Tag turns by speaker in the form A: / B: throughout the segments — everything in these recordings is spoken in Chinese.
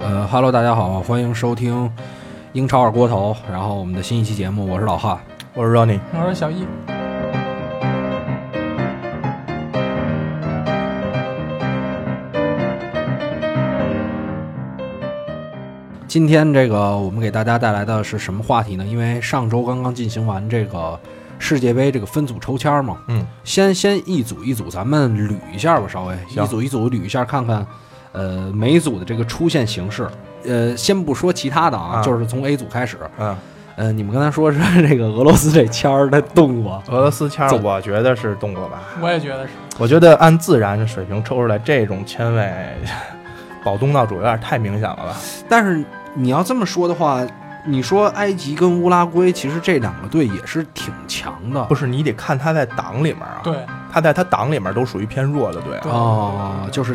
A: 呃 Hello，大家好，欢迎收听英超二锅头，然后我们的新一期节目，我是老哈。
B: 我是 Ronnie，
C: 我说小易，
A: 今天这个我们给大家带来的是什么话题呢？因为上周刚刚进行完这个世界杯这个分组抽签嘛，
B: 嗯，
A: 先先一组一组咱们捋一下吧，稍微
B: 行
A: 一组一组捋一下，看看呃每组的这个出现形式。呃，先不说其他的啊，
B: 啊
A: 就是从 A 组开始。
B: 嗯，
A: 呃，你们刚才说是 这个俄罗斯这签儿它动过，
B: 俄罗斯签儿
A: 走
B: 我觉得是动过吧，
C: 我也觉得是，
B: 我觉得按自然的水平抽出来这种签位，保东道主有点太明显了吧？
A: 但是你要这么说的话，你说埃及跟乌拉圭，其实这两个队也是挺强的
B: 不是，你得看他在党里面啊，
C: 对，
B: 他在他党里面都属于偏弱的队啊，
C: 对
A: 哦，就是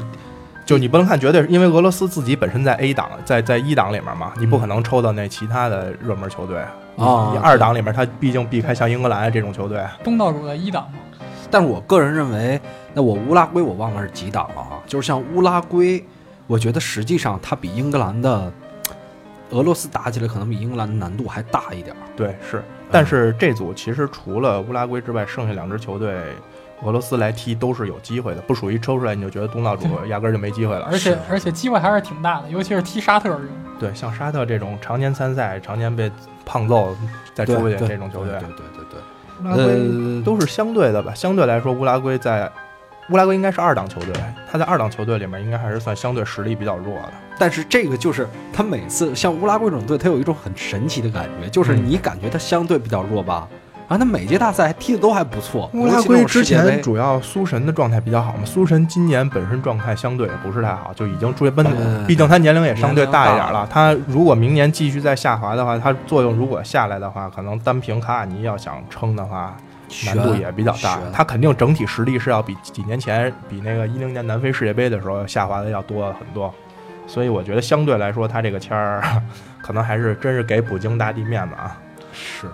B: 就你不能看绝对，因为俄罗斯自己本身在 A 档，在在一档里面嘛，你不可能抽到那其他的热门球队。
A: 嗯
B: 啊
A: 哦
B: 你二档里面他毕竟避开像英格兰啊这种球队，
C: 东道主的一档嘛，
A: 但是我个人认为，那我乌拉圭我忘了是几档了啊，就是像乌拉圭，我觉得实际上它比英格兰的俄罗斯打起来可能比英格兰的难度还大一点儿。
B: 对是。但是这组其实除了乌拉圭之外，剩下两支球队。俄罗斯来踢都是有机会的，不属于抽出来你就觉得东 道主压根儿就没机会了。
C: 而且
B: 是
C: 而且机会还是挺大的，尤其是踢沙特人，
B: 对像沙特这种常年参赛、常年被胖揍再
A: 对
B: 出去
A: 对
B: 这种球队
A: 对，对对对
B: 乌拉
A: 对，
B: 圭
A: 呃，
B: 都是相对的吧。相对来说，乌拉圭在乌拉圭应该是二档球队，他在二档球队里面应该还是算相对实力比较弱的。
A: 但是这个就是他每次像乌拉圭这种队，他有一种很神奇的感觉，就是
B: 嗯
A: 你感觉他相对比较弱吧，啊然后他每届大赛踢的都还不错。
B: 乌
A: 尤
B: 拉
A: 其这
B: 圭
A: 种
B: 之
A: 世界杯
B: 前主要苏神的状态比较好嘛，苏神今年本身状态相对也不是太好，就已经追奔
A: 对对对
B: 毕竟他年龄也相对大一
A: 嗯年
B: 点
A: 龄
B: 了。他如果明年继续再下滑的话，他作用如果下来的话，可能单凭卡瓦尼要想撑的话，难度也比较大
A: 悬。
B: 他肯定整体实力是要比几年前，比那个一零年南非世界杯的时候下滑的要多很多。所以我觉得相对来说，他这个签儿 可能还是真是给普京大帝面子啊。
A: 是，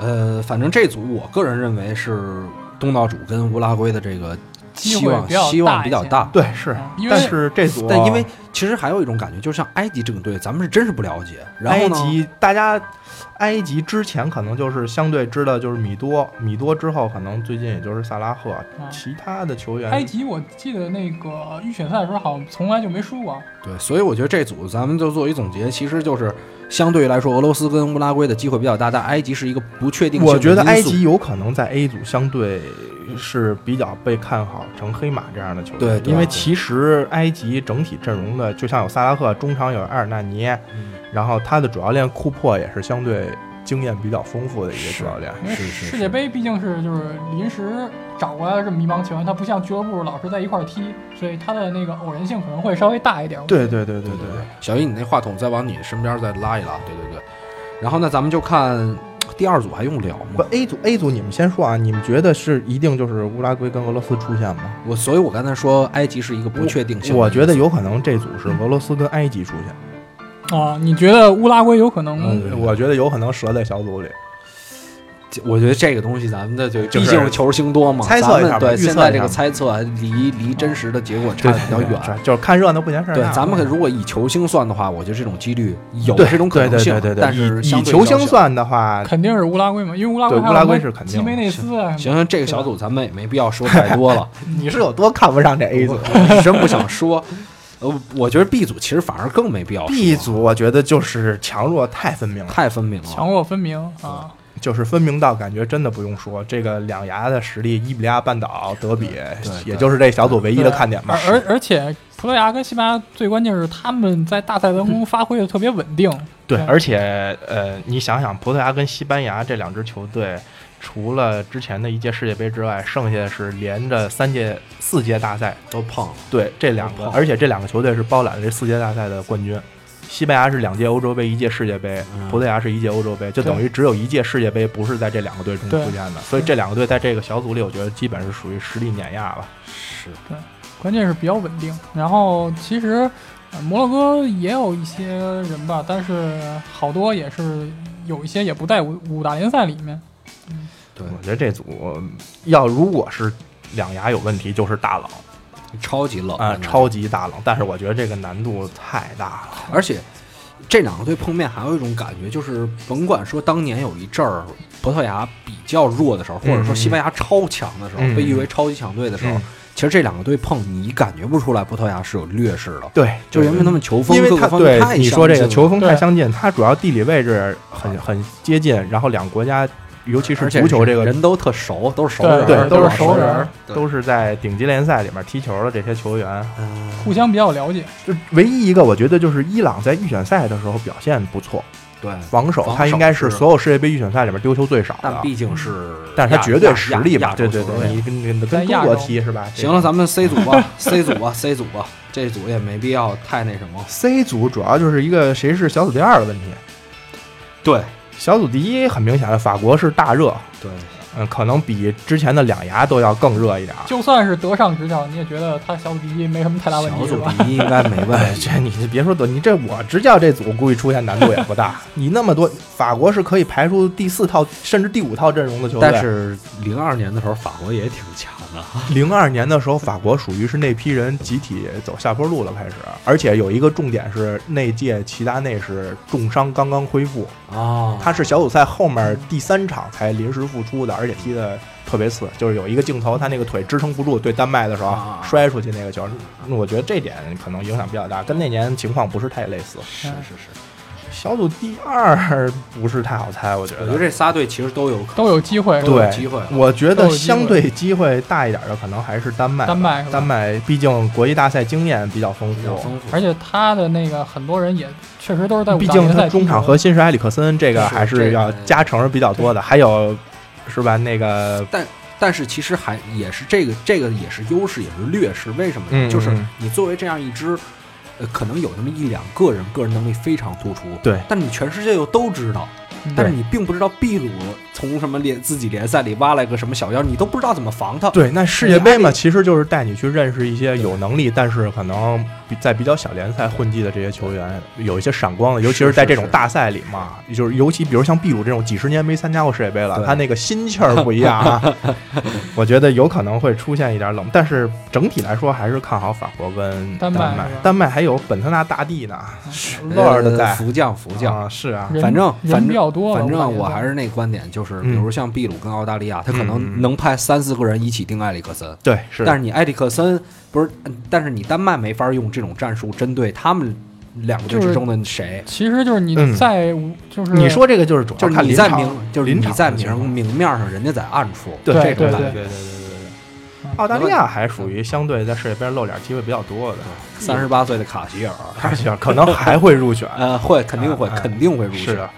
A: 呃，反正这组我个人认为是东道主跟乌拉圭的这个
C: 机
A: 希
C: 会
A: 望
C: 比较
A: 希望
C: 大
A: 比
C: 一
A: 较
C: 些
A: 大。
B: 对，是
C: 嗯，因为
B: 但是这组，
A: 但因为其实还有一种感觉，就像埃及这个队，咱们是真是不了解。然后
B: 埃
A: 呢，
B: 及大家，埃及之前可能就是相对知道就是米多，米多之后可能最近也就是萨拉赫，
A: 啊
C: 嗯
B: 其他的球员
C: 埃及我记得那个预选赛的时候好像从来就没输过，
A: 对，所以我觉得这组咱们就做一总结，其实就是相对来说，俄罗斯跟乌拉圭的机会比较大，但埃及是一个不确定性的
B: 我觉得
A: 因
B: 埃
A: 素
B: 及有可能在 A 组相对是比较被看好成黑马这样的球队，
A: 对对
B: 因为
A: 对
B: 其实埃及整体阵容的，就像有萨拉赫，中场有埃尔纳尼，
A: 嗯
B: 然后他的主教练库珀也是相对经验比较丰富的一个
A: 是
B: 主教练。
C: 因为
A: 是是
C: 世
A: 是
C: 界杯毕竟是就是临时找过来这么一帮球员，他不像俱乐部老是在一块儿踢，所以他的那个偶然性可能会稍微大一点。
B: 对对对对
A: 对对，小姨，你那话筒再往你身边再拉一拉，对对对。然后呢，咱们就看第二组还用聊
B: 不
A: 吗？
B: ，A 组 A 组，你们先说啊，你们觉得是一定就是乌拉圭跟俄罗斯出现吗？
A: 我所以，我刚才说埃及是一个不确定性的
B: 我觉得
A: 因素
B: 有可能这组是俄罗斯跟埃及出现，
C: 啊，你觉得乌拉圭有可能？
A: 嗯
B: 我觉得有可能折在小组里。
A: 这我觉得这个东西咱们的就
B: 就
A: 毕
B: 是
A: 竟球星多嘛，
B: 猜测一下
A: 咱们
B: 吧
A: 对
B: 预测一下
A: 现在这个猜测离离真实的结果差的比较远。
B: 是就是看热闹不嗯嫌事儿
A: 对
B: 大，嘛。
A: 咱们如果以球星算的话，我觉得这种几率有
B: 对
A: 这种可能性，
B: 对对对对
A: 但是
B: 以
A: 相对
B: 球
A: 较
B: 星
A: 小。
B: 算的话，
C: 肯定是乌拉圭嘛，因为乌拉圭
B: 对
C: 还有
B: 乌拉圭
C: 什么
B: 是肯定
C: 吉梅内斯啊，
A: 行行，这个小组咱们也没必要说太多 了，
B: 你是有多看不上这 A 组
A: 我真不想说。呃，我觉得 B 组其实反而更没必要说
B: ？B 组我觉得就是强弱太分明了，
A: 太分明了。
C: 强弱分明啊。
B: 就是分明到感觉真的不用说，这个两牙的实力，伊比利亚半岛、德比
A: 对对，
B: 也就是这小组唯一的看点吧。
C: 而而而且葡萄牙跟西班牙最关键是他们在大赛当中发挥的特别稳定，
A: 嗯
B: 对，
C: 对
B: 而且呃，你想想，葡萄牙跟西班牙这两支球队，除了之前的一届世界杯之外，剩下是连着三届、四届大赛
A: 都碰了，
B: 对，这两个，
A: 好
B: 而且这两个球队是包揽了这四届大赛的冠军。西班牙是两届欧洲杯，一届世界杯
A: 嗯；
B: 葡萄牙是一届欧洲杯，就等于只有一届世界杯不是在这两个队中出
C: 对
B: 现的。所以这两个队在这个小组里，我觉得基本是属于实力碾压吧。
A: 是
C: 关键是比较稳定。然后其实、呃摩洛哥也有一些人吧，但是好多也是有一些也不在五五大联赛里面。
A: 对
B: 我觉得这组要如果是两牙有问题，就是大佬。
A: 超级冷
B: 啊、
A: 的那种
B: 超级大冷。但是我觉得这个难度太大了。
A: 而且这两个队碰面还有一种感觉，就是甭管说当年有一阵儿葡萄牙比较弱的时候，或者说西班牙超强的时候，
B: 嗯
A: 被誉为超级强队的时候，
B: 嗯
A: 其实这两个队碰，你感觉不出来葡萄牙是有劣势的，
B: 对，
A: 就因为他们球风
B: 因为
A: 各
B: 他
A: 个方面
B: 对
A: 太
B: 你说这
A: 相近了
B: 个球风太
C: 对
B: 相近，它主要地理位置很很接近，然后两个国家，尤其是
A: 而且
B: 足球这个，
A: 人都特熟，都是熟
C: 对
A: 人，
B: 对，
C: 都
B: 都
C: 是
B: 是
C: 熟
B: 熟
C: 人
B: 人，
A: 对
B: 都是在顶级联赛里面踢球的这些球员。
A: 嗯
C: 互相比较了解。
B: 就唯一一个，我觉得就是伊朗在预选赛的时候表现不错，
A: 对，
B: 防守
A: 防
B: 他应该是
A: 守是
B: 所有世界杯预选赛里面丢球最少
A: 但
B: 的，
A: 毕竟是亚，
B: 但是他绝对实力
A: 亚
B: 嘛，
A: 亚洲
B: 对对
A: 球队
B: 对，你跟跟
C: 在
B: 跟
C: 亚
B: 中
C: 洲
B: 国踢是吧？
A: 行了，咱们 C 组吧 ，C 组吧，C 组吧，这组也没必要太那什么。
B: C 组主要就是一个谁是小组第二的问题，
A: 对
B: 小组第一很明显的法国是大热，
A: 对，
B: 嗯，可能比之前的两牙都要更热一点儿。
C: 就算是德尚执教，你也觉得他小组第一没什么太大问
A: 小
C: 题，是
A: 组
C: 吧？
A: 第一应该没问
B: 哎，
A: 题。
B: 这你就别说德，你这我执教这组估计出现难度也不 大。你那么多，法国是可以排出第四套甚至第五套阵容的球队。
A: 但是零二年的时候，法国也挺强的。
B: 零二年的时候，法国属于是那批人集体走下坡路了，开始。而且有一个重点是，那届齐达内是重伤刚刚恢复，
A: 哦，
B: 他是小组赛后面第三场才临时复出的，而且踢的特别次，就是有一个镜头，他那个腿支撑不住，对丹麦的时候
A: 啊
B: 摔出去那个球，我觉得这点可能影响比较大，跟那年情况不是太类似。
A: 是是是，
B: 小组第二不是太好猜，我觉
A: 我觉得
B: 得。
A: 这仨队其实都有可能
C: 都有机会。
A: 都有
B: 对
A: 机会啊
B: 我觉得相对机会大一点的，可能还是丹麦吧。
C: 丹麦是吧
B: 丹麦毕竟国际大赛经验比较丰
A: 比较
B: 富，
A: 丰富，
C: 而且他的那个很多人也确实都是在五
B: 毕
C: 大
B: 竟
C: 联
B: 他
C: 赛
B: 中场核心是埃里克森，这个
A: 是
B: 还
A: 这
B: 是
A: 个
B: 要加成是比较多的。还有，是吧？那个
A: 但是其实还也是这个这个也是优势也是劣势，为什么呢？
B: 嗯
A: 就是
B: 嗯
A: 你作为这样一支，呃，可能有那么一两个人个人能力非常突出，
B: 对
A: 但你全世界又都知道，
C: 嗯
A: 但是你并不知道秘鲁从什么联自己联赛里挖来个什么小妖，你都不知道怎么防他。
B: 对，那世界杯嘛，其实就是带你去认识一些有能力，但是可能比在比较小联赛混迹的这些球员，有一些闪光的，尤其
A: 是
B: 是在
A: 是
B: 这种
A: 是
B: 大赛里嘛，就是尤其比如像秘鲁这种几十年没参加过世界杯了，
A: 对
B: 他那个心气儿不一样 啊。我觉得有可能会出现一点冷，但是整体来说还是看好法国跟
C: 丹
B: 丹
C: 麦
B: 麦
C: 是吧。
B: 丹麦还有本特纳大帝呢，
A: 呃
B: 乐儿的在
A: 福将福将，
B: 啊，是啊，
C: 嗯人
A: 反正
C: 人比较多吧，
A: 反正我
C: 感觉
A: 还是那观点，就是比
B: 嗯
A: 如像秘鲁跟澳大利亚，他可能
B: 嗯
A: 能派三四个人一起盯埃里克森，
B: 对，是。
A: 但是你埃里克森不是，嗯但是你丹麦没法用这种战术针对他们两个队之中的谁，
C: 其实就是你
B: 嗯
C: 在五就是
B: 你说这个就是主要
A: 就是
B: 看
A: 你
B: 临
A: 在
B: 场，
A: 明，就是
B: 临
A: 你
B: 场
A: 在
B: 的情
A: 明
B: 况
A: 明面上，人家在暗处，
B: 对嗯
A: 这
C: 对
A: 种
C: 对
A: 感觉。
B: 对对对对。澳大利亚还属于相对在世界杯上露脸机会比较多的，
A: 三十八岁的卡希尔，，
B: 卡希尔 可能还会入 选
A: 呃，会肯定会
B: 哎哎
A: 肯定会入
B: 是
A: 选。
B: 的。啊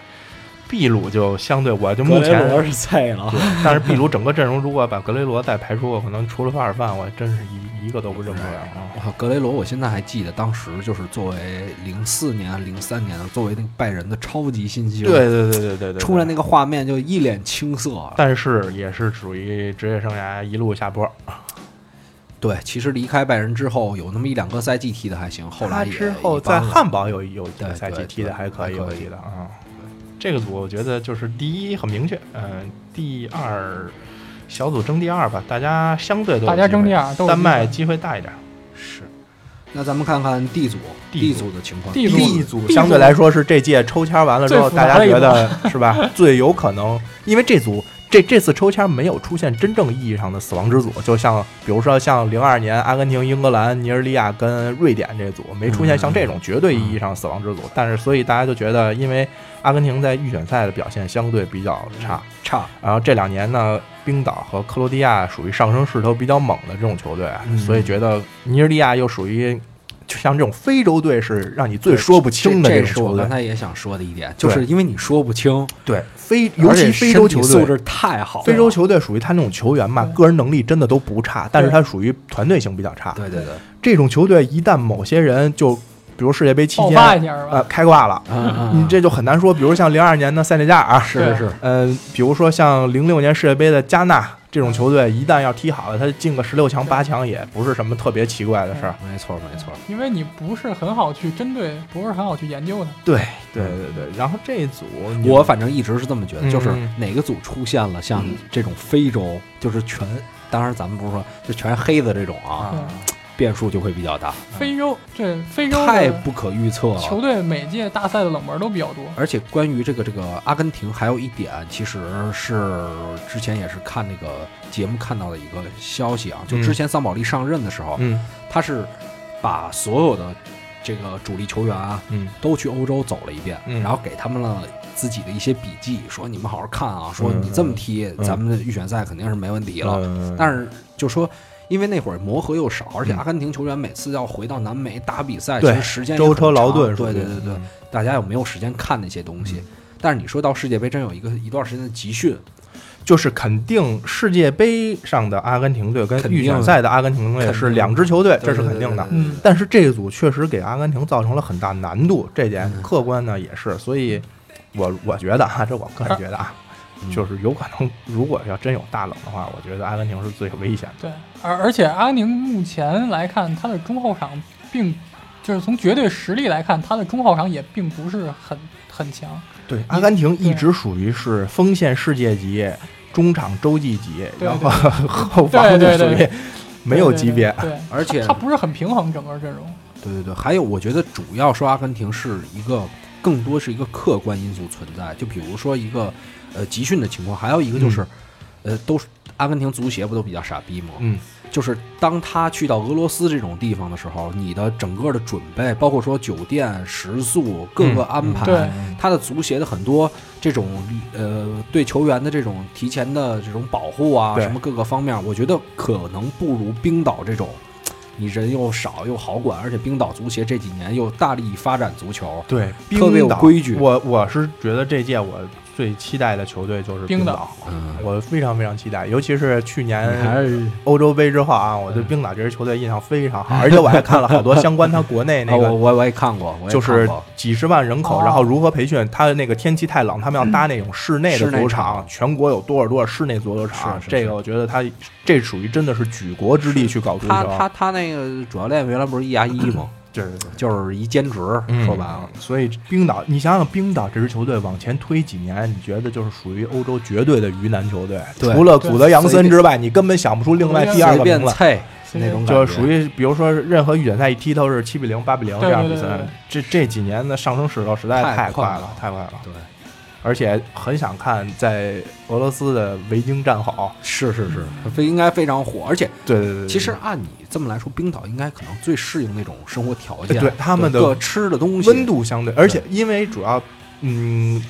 B: 秘鲁就相对，我就目前，
A: 是菜了，
B: 但是秘鲁整个阵容如果把格雷罗再排除，我可能除了法尔范，我真是一一个都不认出来啊。
A: 哇，格雷罗，我现在还记得当时就是作为零四年、零三年的作为那个拜仁的超级新星，
B: 对，对对对对对，对
A: 出来那。个画面就一脸青涩。啊
B: 但是也是属于职业生涯一路下坡，
A: 对，其实离开拜仁之后，有那么一两个赛季踢的还行，后来
B: 他
A: 也
B: 之后
A: 一般
B: 在
A: 了
B: 汉堡有有几
A: 对
B: 个赛季
A: 对
B: 踢的
A: 对
B: 还可以，
A: 还可
B: 我
A: 以
B: 记得啊。这个组我觉得就是第一很明确，嗯、第二小组争第二吧，大家相对都有
C: 大家
B: 机
C: 争
B: 会
C: 第二，都
B: 丹
C: 有机会
B: 麦机会大一点。
A: 是。那咱们看看 D 组
B: D
A: 组的情况
C: D
A: 组
B: 组相对来说是这届抽签完了之后，
C: 最复杂
B: 大
C: 的
B: 家觉得是吧？最有可能，因为这组这这次抽签没有出现真正意义上的死亡之组，就像比如说像零二年阿根廷、英格兰、尼日利亚跟瑞典这组没出现像这种
C: 嗯
B: 绝对意义上死亡之组，但是所以大家就觉得，因为阿根廷在预选赛的表现相对比较差，
A: 差，
B: 然后这两年呢，冰岛和克罗地亚属于上升势头比较猛的这种球队，啊
A: 嗯
B: 所以觉得尼日利亚又属于就像这种非洲队是让你最说不清的
A: 这这
B: 种
A: 是
B: 球
A: 我
B: 队
A: 刚。才也想说的一点，就
B: 对
A: 是因为你说不清，
B: 对，非尤其非洲球
A: 而且身体素
B: 队，
A: 质太好了，
B: 非洲球队属于他那种球员嘛，
C: 对
B: 个人能力真的都不差，但是他属于团队性比较差。
A: 对对对，
B: 这种球队一旦某些人就，比如世界杯期
C: 爆发
B: 间，
C: 一下是
B: 呃，
C: 吧？
B: 开挂了，
A: 嗯嗯，
B: 你这就很难说。比如像零二年的塞内加尔，
A: 是是是，
B: 呃，比如说像零六年世界杯的加纳这种球队，一旦要踢好了，他进个十六强、八强也不是什么特别奇怪的事儿。
A: 没错没错，
C: 因为你不是很好去针对，不是很好去研究它。
B: 对对对对，然后这一组你
A: 我反正一直是这么觉得，
B: 嗯
A: 就是哪个组出现了像这种非洲，就是全，当然咱们不是说就全是黑子这种啊，
B: 啊，
A: 变数就会比较大，
C: 非洲这非洲
A: 太
C: 的
A: 不可预测了。
C: 球队每届大赛的冷门都比较多。
A: 而且关于这个这个阿根廷，还有一点，其实是之前也是看那个节目看到的一个消息啊，就
B: 嗯
A: 之前桑保利上任的时候，
B: 嗯
A: 他是把所有的这个主力球员啊
B: 嗯
A: 都去欧洲走了一遍，
B: 嗯
A: 然后给他们了自己的一些笔记，说你们好好看啊，说
B: 嗯
A: 你这么踢，
B: 嗯
A: 咱们的预选赛肯定是没问题了。
B: 嗯
A: 但是就说。因为那会儿磨合又少，而且
B: 嗯
A: 阿根廷球员每次要回到南美打比赛，其
B: 对
A: 实时间也
B: 舟
A: 很
B: 车
A: 长
B: 劳顿，嗯
A: 对对对对，大家有没有时间看那些东西？但是你说到世界杯，真有一个一段时间的集训，
B: 就是肯定世界杯上的阿根廷队跟
A: 肯定
B: 预选赛的阿根廷队
A: 肯
B: 是
A: 定
B: 两支球队，这是
A: 对
B: 肯定的。
A: 对对对
C: 嗯，
B: 但是这一组确实给阿根廷造成了很大难度，这点
A: 嗯
B: 客观呢也是，所以我我觉得哈、这我 个人觉得啊，
A: 嗯
B: 就是有可能，如果要真有大冷的话，我觉得阿根廷是最危险的。
C: 对，而而且阿根廷目前来看，他的中后场并就是从绝对实力来看，他的中后场也并不是很很强。
B: 对，阿根廷一直属于是锋线世界级、中场洲际级，
C: 对
B: 然后
C: 对
B: 后防就
C: 对对
B: 属
C: 对
B: 于没有
C: 对对
B: 级别。嗯
C: 对，对
A: 而且
C: 他不是很平衡整个阵容。
A: 对对对，还有我觉得主要说阿根廷是一个更多是一个客观因素存在，就比如说一个呃集训的情况，还有一个就是、呃都是阿根廷足协不都比较傻逼吗？
B: 嗯，
A: 就是当他去到俄罗斯这种地方的时候，你的整个的准备，包括说酒店、食宿各个
B: 嗯
A: 安排，
C: 对
A: 他的足协的很多这种呃对球员的这种提前的这种保护啊，
B: 对
A: 什么各个方面，我觉得可能不如冰岛这种，你人又少又好管，而且冰岛足协这几年又大力发展足球，
B: 对，
A: 特别有
B: 冰岛
A: 规矩
B: 我我是觉得这届我最期待的球队就是
C: 冰
B: 岛，
C: 岛
A: 嗯，
B: 我非常非常期待，尤其是去
A: 你还
B: 年
A: 是
B: 欧洲杯之后啊，我
C: 嗯
B: 对冰岛这支球队印象非常好，而且我还看了好多相关他国内那
A: 啊我
B: 个。
A: 我我也看过，我也
B: 就
A: 看
B: 是
A: 过
B: 几十万人口，
C: 哦
B: 然后如何培训？他的那个天气太冷，他们要搭那种室内的
A: 室内
B: 足球
A: 场
B: 场，全国有多少多少室内足球场
A: 是？是
B: 这
A: 是
B: 个我觉得他这属于真的是举国之力去搞足
A: 他
B: 球
A: 他，他那个主教练原来不是一牙医吗？
B: 对对对。
A: 就是一兼职，
B: 说
A: 说
B: 白
A: 白
B: 了
A: 了，，
B: 嗯所以冰岛，你想想冰岛这支球队往前推几年，你觉得就是属于欧洲绝对的鱼腩球队，
A: 对
B: 除了祖德扬森之外，你根本想不出另外第二
A: 随
B: 个
A: 便
B: 名字。
A: 菜
C: 随
A: 那
C: 便
A: 种感觉，
B: 就是属于，比如说任何预选赛一踢都是七比零、八比零这样比赛
C: 对对对对，
B: 这这几年的上升势头实在
A: 太
B: 太快
A: 快
B: 了
A: 了，
B: 太快了，
A: 对，
B: 而且很想看在俄罗斯的维京战吼。
A: 是是是，非应该非常火，而且
B: 对对对对，
A: 其实按你这么来说，冰岛应该可能最适应那种生活条件，
B: 对他们的
A: 各吃的东西
B: 温，度相对，而且因为主要，嗯，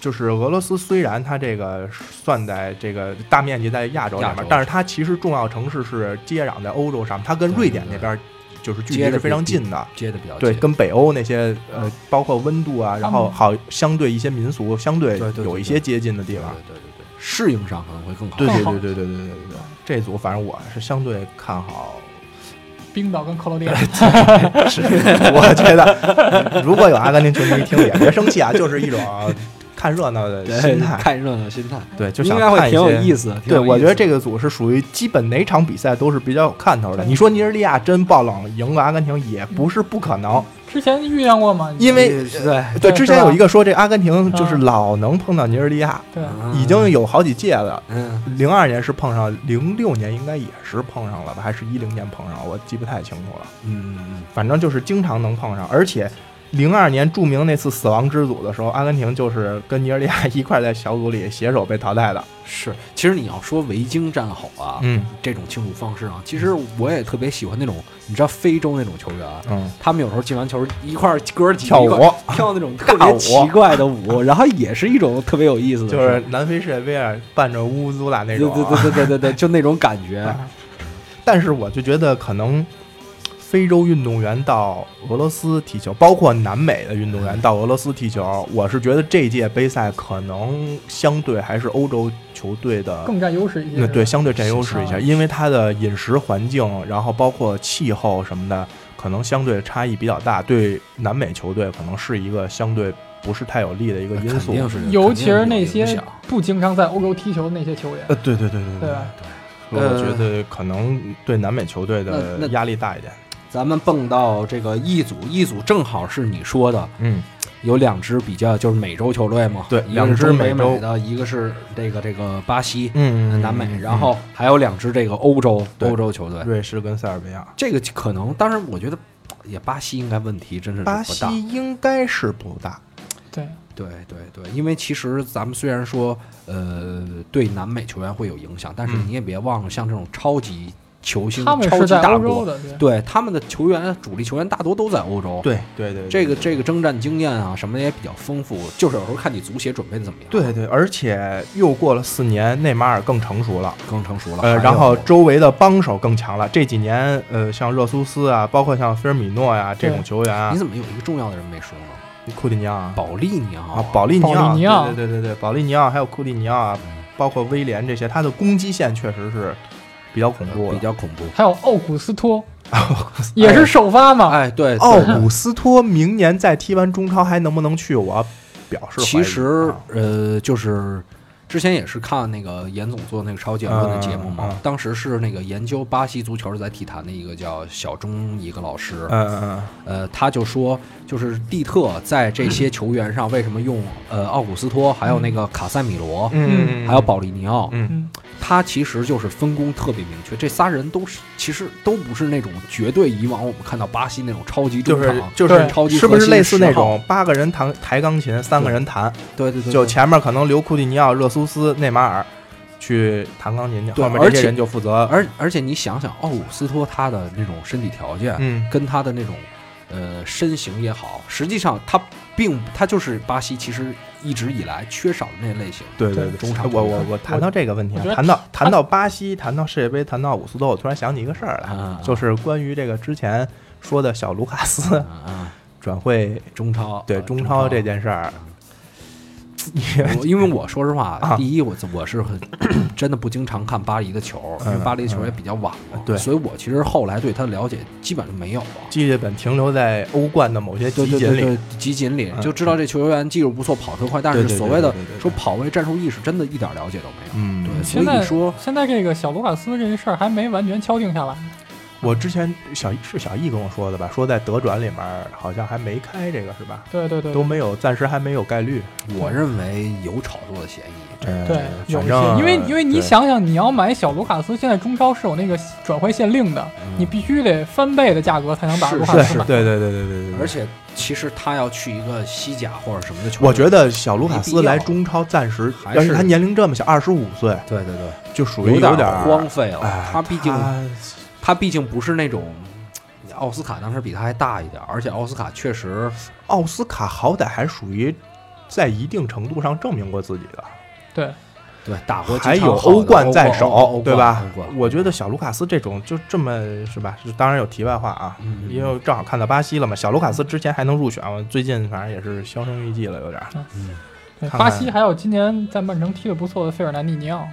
B: 就是俄罗斯虽然它这个算在这个大面积在亚洲里
A: 亚洲
B: 面，但是它其实重要城市是接壤在欧洲上，它跟瑞典那边就是距离
A: 接
B: 是
A: 得
B: 非常
A: 比较
B: 近的。
A: 接的比较
B: 对，
A: 近
B: 跟北欧那些呃，包括温度啊，然后好相对一些民俗相对
A: 对对对
B: 有一些接近的地
A: 对
B: 方。
A: 对对对对，适应上可能会更好。
B: 对对
C: 更好
B: 对对对对对对对，这组反正我是相对看好
C: 冰岛跟克罗 地亚，
B: 是， 我觉得如果有阿根廷球迷听，也别生气啊，就是一种看热闹的心态。
A: 看热闹心态，
B: 对，就
A: 应
B: 想
A: 该会
B: 看一
A: 挺有意
B: 些。
A: 思。挺
B: 对，
A: 有意
B: 我觉得
A: 思
B: 这个组是属于基本哪场比赛都是比较有看头的。
C: 对
B: 你说尼日利亚真爆冷赢了阿根廷也不是不可能，
C: 之前遇见过吗？
B: 因为
A: 哎对嗯
B: 对
C: 对
B: 之
C: 是
B: 前
C: 吧
B: 有一个说这阿根廷就是
C: 啊
B: 老能碰到尼日利亚，
C: 对，
B: 已经有好几届了。
A: 嗯
B: 零二年是碰上，零六年应该也是碰上了吧，还是一零年碰上了，我记不太清楚了。
A: 嗯嗯
B: 反正就是经常能碰上，而且零二年著名那次死亡之组的时候，阿根廷就是跟尼日利亚一块儿在小组里携手被淘汰的。
A: 嗯是。其实你要说维京战吼啊，
B: 嗯
A: 这种庆祝方式啊，其实我也特别喜欢那种，你知道非洲那种球员，啊
B: 嗯，
A: 他们有时候进完球一块儿哥儿几
B: 跳
A: 个一块儿
B: 舞
A: 跳那种特
B: 尬
A: 别
B: 舞
A: 奇怪的舞，然后也是一种特别有意思的事，
B: 就是南非世界杯啊，伴着乌苏拉那
A: 对
B: 种、啊
A: 对对对对对对，就那种感 觉。
B: 但是我就觉得可能。非洲运动员到俄罗斯踢球，包括南美的运动员到俄罗斯踢球，我是觉得这届杯赛可能相对还是欧洲球队的
C: 更占优势一些。
B: 那
C: 是吧
B: 对，相对占优势一些，
C: 啊
B: 因为它的饮食环境，然后包括气候什么的，可能相对差异比较大，对南美球队可能是一个相对不是太有利的一个因素。
A: 是
C: 尤其是那
A: 肯定
C: 些
A: 有影响
C: 不经常在欧洲踢球的那些球员，
B: 呃，对对对对呃
C: 对吧？
B: 我觉得可能对南美球队
A: 那
B: 的
A: 那
B: 压力大一点。
A: 咱们蹦到这个一组，一组正好是你说的
B: 嗯，
A: 有两支比较就是美洲球队嘛，
B: 对
A: 一个是
B: 两支
A: 中北
B: 美洲
A: 美的，一个是这个这个巴西、
B: 嗯
A: 南美，然后还有两支这个欧洲
B: 对
A: 欧洲球队。
B: 瑞士跟塞尔维亚。
A: 这个可能，当然我觉得也巴西应该问题真是不
B: 巴
A: 大。
B: 西应该是不大，
C: 对，
A: 对对对，因为其实咱们虽然说呃对南美球员会有影响，但是
B: 嗯
A: 你也别忘了，像这种超级球星、
C: 他们
A: 超
C: 是
A: 级
C: 在
A: 大
C: 欧洲
A: 国，
C: 的，对，
A: 对他们的球员主力球员大多都在欧洲。
B: 对对对，
A: 这个这个征战经验啊，什么的也比较丰富，就是有时候看你足协准备的怎么样，啊
B: 对，对，而且又过了四年，内马尔更成熟了，
A: 更成熟了。
B: 呃，
A: 还
B: 然后
A: 有
B: 周围的帮手更强了。这几年，呃，像热苏斯啊，包括像菲尔米诺呀、这种
C: 对
B: 球员啊
A: 你，怎么有一个重要的人没说呢？
B: 库蒂尼奥啊，
A: 保利尼奥
B: 啊，保利尼
C: 保利尼
B: 奥，
C: 奥
B: 对对对对对，保利尼奥还有库蒂尼奥啊，
A: 嗯
B: 包括威廉这些，他的攻击线确实是比较恐怖的，
A: 比较恐怖。
C: 还有奥古斯托，也是首发嘛，
A: 哎，对，
B: 奥
A: 对
B: 古斯托明年再踢完中超还能不能去？我表示怀疑
A: 其实
B: 啊
A: 呃，就是之前也是看那个严总做那个超级言论的节目嘛，
B: 嗯嗯嗯
A: 当时是那个研究巴西足球在体坛的一个叫小钟一个老师，
B: 嗯嗯嗯，
A: 呃，他就说就是蒂特在这些球员上为什么用呃奥古斯托，还有那个卡塞米罗，
B: 嗯，
A: 还有保利尼奥，
B: 嗯
C: 嗯，
A: 他其实就是分工特别明确，这仨人都是其实都不是那种绝对以往我们看到巴西那种超级
B: 就
A: 中场
B: 是，就
C: 对
B: 是
A: 超级
B: 是不
A: 核
B: 是
A: 心
B: 类似
A: 10
B: 那
A: 号
B: 种八个人弹抬钢琴，三个人弹，
A: 对对对，
B: 就
A: 对
B: 前面可能留库蒂尼奥、热苏斯、内马尔去弹钢琴去，
A: 对
B: 后面这
A: 而
B: 些
A: 且
B: 人就负责，
A: 而而且你想想，奥古斯托他的那种身体条件，
B: 嗯，
A: 跟他的那种呃身形也好，实际上他并他就是巴西其实一直以来缺少的那类型。
B: 对对对，
A: 中场
B: 我我我谈到这个问题
C: 我
B: 啊
C: 觉，得
B: 谈到谈到巴西，谈到世界杯，谈到武斯多，我突然想起一个事儿来，
A: 啊，
B: 就是关于这个之前说的小卢卡斯
A: 啊啊，
B: 转会
A: 中超
B: 对
A: 啊
B: 中
A: 中
B: 超这件事儿，
A: 我因为我说实话
B: 啊，
A: 第一我我是很真的不经常看巴黎的球，因为
B: 嗯
A: 巴黎的球也比较晚嘛
B: 嗯，对
A: 所以我其实后来对他的了解基本上没有了。
B: 记忆本停留在欧冠的某些
A: 对
B: 集
A: 对
B: 锦
A: 对
B: 里，
A: 对，集锦里
B: 嗯
A: 就知道这球员技术不错，跑得快，但
B: 对
A: 是
B: 对对
A: 所谓的
B: 对对对对
A: 说跑位战术意识，真的一点了解都没有。
B: 嗯，
A: 对，哎所
C: 现
A: 以
C: 在
A: 你说
C: 现在这个小卢卡斯这一事儿还没完全敲定下来，
B: 我之前小是小易跟我说的吧，说在德转里面好像还没开这个是吧？
C: 对对对，
B: 都没有，暂时还没有概率。
A: 我认为有炒作的嫌疑，
B: 呃
C: 对，有
B: 反
C: 一
B: 正
C: 些，因为因为你
B: 对
C: 想想，你要买小卢卡斯，现在中超是有那个转会限令的，你必须得翻倍的价格才能把
A: 嗯是
C: 卢
B: 是
C: 卡斯
B: 是，
C: 买。
B: 对对对对对对。
A: 而，且其实他要去一个西甲或者什么的球队，
B: 我觉得小卢卡
A: 没
B: 斯
A: 必要
B: 来中超暂时，
A: 还是
B: 而且他年龄这么小，二十五岁，
A: 对对对，
B: 就属于
A: 点
B: 点儿
A: 荒。废了。
B: 哎，
A: 他毕竟
B: 他
A: 他毕竟不是那种奥斯卡当时比他还大一点，而且奥斯卡确实
B: 奥斯卡好歹还属于在一定程度上证明过自己的，
C: 对，
A: 对打过几
B: 还
A: 场
B: 有
A: 好的
B: 欧冠在
A: 欧冠
B: 手，对吧
A: 欧冠欧？冠
B: 我觉得小卢卡斯这种就这么是吧？当然有题外话啊
A: 嗯，嗯
B: 因为正好看到巴西了嘛。小卢卡斯之前还能入选，我最近反正也是销声匿迹了，有点儿。
A: 嗯
C: 对
B: 看看
C: 巴西还有今年在曼城踢得不错的费尔南迪尼奥，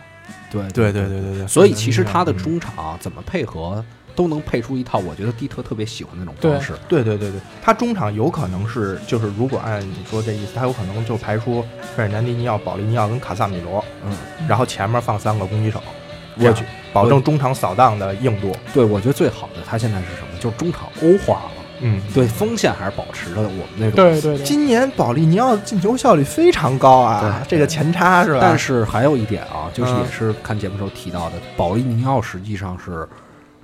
A: 对
B: 对对对对对，
A: 所以其实他的
B: 嗯
A: 中场怎么配合都能配出一套，我觉得蒂特特别喜欢那种
C: 对
A: 方式。
B: 对对对对，他中场有可能是就是如果按你说这意思，他有可能就排出费尔南迪尼奥、保利尼奥跟卡萨米罗，
A: 嗯，
B: 然后前面放三个攻击手，
A: 我
B: 我去保证中场扫荡的硬度。
A: 对，我觉得最好的他现在是什么？就是中场欧化了，
B: 嗯，
A: 对锋线还是保持着我们那种
C: 对对对，
B: 今年保利尼奥进球效率非常高啊，这
A: 对
B: 个前插是吧？
A: 但是还有一点啊，就是
B: 嗯
A: 也是看节目时候提到的，保利尼奥实际上是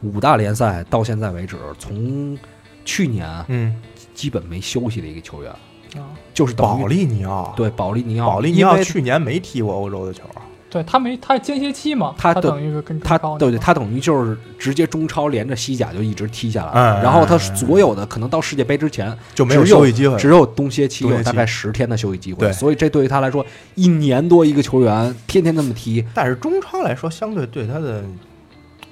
A: 五大联赛到现在为止，从去年
B: 嗯，
A: 基本没休息的一个球员，
C: 啊
A: 就是等于
B: 保利尼奥，，
A: 对保利尼奥，
B: 保利尼奥
A: 因为
B: 去年没踢过欧洲的球，啊
C: 对他没他是间歇期嘛，
A: 他
C: 他
A: 的
C: 等于是跟
A: 他
C: 中超
A: 对对，
C: 那个
A: 他等于就是直接中超连着西甲就一直踢下来
B: 嗯
A: 了，然后他
B: 嗯
A: 所有的可能到世界杯之前
B: 就没有
A: 只有
B: 休息机会。
A: 只有冬歇期
B: 冬歇
A: 有
B: 期
A: 大概十天的休息机会
B: 对，
A: 所以这对于他来说一年多一个球员天天那么踢，
B: 但是中超来说，相对对他的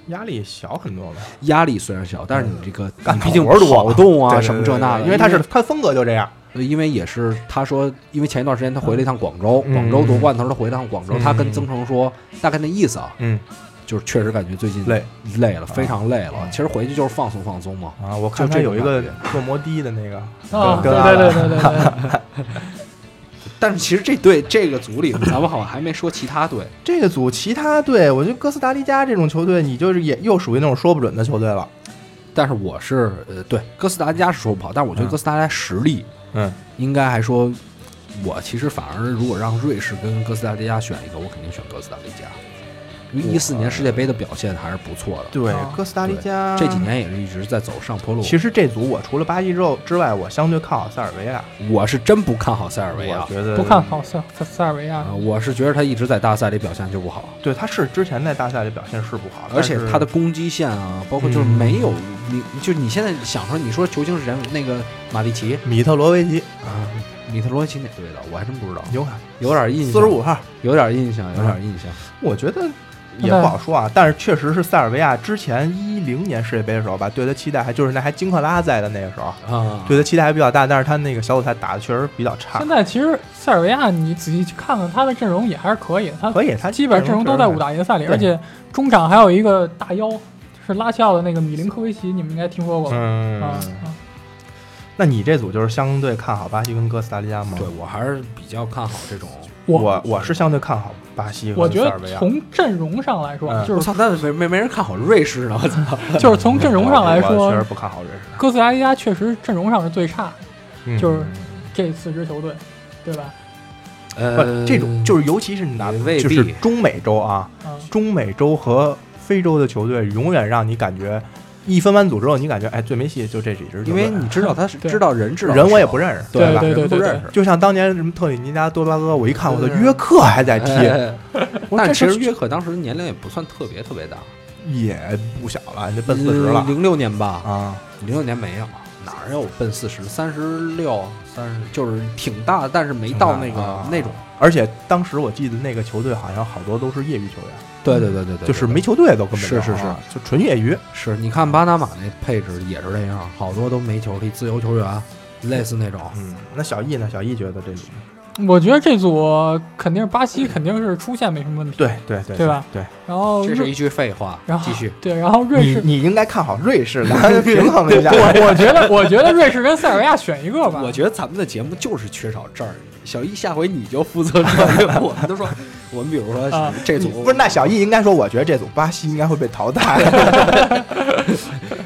B: 压力小很多吧。
A: 压力虽然小，但是你这个
B: 干
A: 你毕竟
B: 活儿多
A: 跑动
B: 对
A: 啊
B: 对
A: 什么
B: 对
A: 这那
B: 对
A: 的，
B: 因为他是他风格就这样。
A: 对，呃因为也是他说，因为前一段时间他回了一趟广州，
B: 嗯
A: 广州夺冠的时候他回了趟广州，
B: 嗯
A: 他跟曾诚说大概那意思啊，
B: 嗯
A: 就是确实感觉最近
B: 累
A: 累了，
B: 啊
A: 非常累了
B: 嗯。
A: 其实回去就是放松放松嘛。
B: 啊，我看
A: 就
B: 他
A: 这
B: 有
A: 种
B: 一个
A: 感
B: 坐摩的的那个，
C: 啊，
B: 跟
C: 对
B: 阿
C: 对
B: 拉
C: 对对对对，
A: 但是其实这队这个组里，咱们好像还没说其他 队。
B: 这个组其他队，我觉得哥斯达黎加这种球队，你就是也又属于那种说不准的球队了。
A: 但是我是呃，对哥斯达黎加是说不好，但是我觉得
B: 嗯
A: 哥斯达黎加实力
B: 嗯，
A: 应该还说，我其实反而如果让瑞士跟哥斯达黎加选一个，我肯定选哥斯达黎加，因为一四年世界杯的表现还是不错的，
B: 对
C: 啊，
B: 哥斯达黎加
A: 哦这几年也是一直在走上坡路。
B: 其实这组我除了巴西之后之外，我相对看好塞尔维亚。
A: 我是真不看好塞尔维亚
B: 我，觉得
C: 不看，好塞塞塞尔维亚
A: 啊，我是觉得他一直在大赛里表现就不好，
B: 对，他是之前在大赛里表现是不好，
A: 而且
B: 但是
A: 他的攻击线啊，包括就是没有你，就你现在想说，你说球星是谁？那个马蒂奇
B: 米特罗维奇
A: 啊，米特罗维奇哪队的？我还真不知道，
B: 有卡
A: 有点印象，
B: 四十五号，
A: 有点印象，有点印象。
B: 我觉得也不好说啊。但是确实是塞尔维亚之前一零年世界杯的时候吧，对他期待还就是那还金克拉在的那个时候，
A: 啊，
B: 对他期待还比较大，但是他那个小组赛打的确实比较差
C: 现。在其实塞尔维亚，你仔细去看看他的阵容也还是可以的，他
B: 可以，啊他
C: 基本上阵容都在五大联赛里，
B: 对
C: 而且中场还有一个大妖，是拉齐奥的那个米林科维奇，你们应该听说过吧？
B: 嗯
C: 啊，啊
B: 那你这组就是相对看好巴西跟哥斯达黎加吗？
A: 对，我还是比较看好这种。
B: 我我是相对看好巴西
C: 我
B: 和
C: 觉
B: 塞尔维
C: 得
B: 亚。
C: 从阵容上来说，
B: 嗯
C: 就
A: 我
C: 是
A: 操，那没没没人看好瑞士呢！我操，
C: 就是从阵容上来
B: 我
C: 说
B: 确，实不看好瑞士
C: 哥斯达黎加确实阵容上是最差的，
B: 嗯
C: 就是这四支球队，对吧？
A: 呃，
B: 不，这种就是尤其是你拿
A: 也未必
B: 就是中美洲啊，
C: 嗯，
B: 中美洲和非洲的球队，永远让你感觉一分完组之后，你感觉哎，最没戏就这几支球
A: 因
B: 队，
A: 为你知道 他是
C: 对
A: 知道人知道
B: 人我也不
A: 认
B: 认识，
C: 对
B: 吧？
C: 对
A: 人不
C: 对对
A: 认识。
B: 就像当年什么特立尼达、多巴哥，我一看我的
A: 对
B: 约克还在踢，
A: 哎
B: 我
A: 但
B: 这
A: 其
B: 是
A: 实约克当时年龄也不算特别特别大，
B: 也不小了，你奔四十了
A: 零六年吧，
B: 啊，
A: 零六年没有，哪儿有奔四十？三十六、三十，就是挺大，但是没到那个、
B: 啊
A: 那种。
B: 而且当时我记得那个球队好像好多都是业余球员，
A: 对对对对对，
B: 就是
A: 对
B: 没球队都根本
A: 是是
B: 啊就纯业余。
A: 是。你看巴拿马那配置也是这样，好多都没球踢，自由球员，类似那种。
B: 嗯，那小易呢？小易觉得这组
C: 我觉得这组肯定是巴西肯定是出线没什么问题，
B: 对对对
C: 对吧？
B: 对，
C: 然后
A: 这是
C: 瑞，
A: 一句废话
C: 然，后
A: 继续。
C: 对，然后瑞
B: 你
C: 士，
B: 你应该看好瑞士，咱 们平衡一下。
C: 我我觉得 我觉得瑞士跟塞尔维亚选一个吧，
A: 我觉得咱们的节目就是缺少这儿。小易，下回你就负责这 个。我们都说，我们比如说
C: 啊
A: 这组
B: 不是，那小易应该说，我觉得这组巴西应该会被淘汰。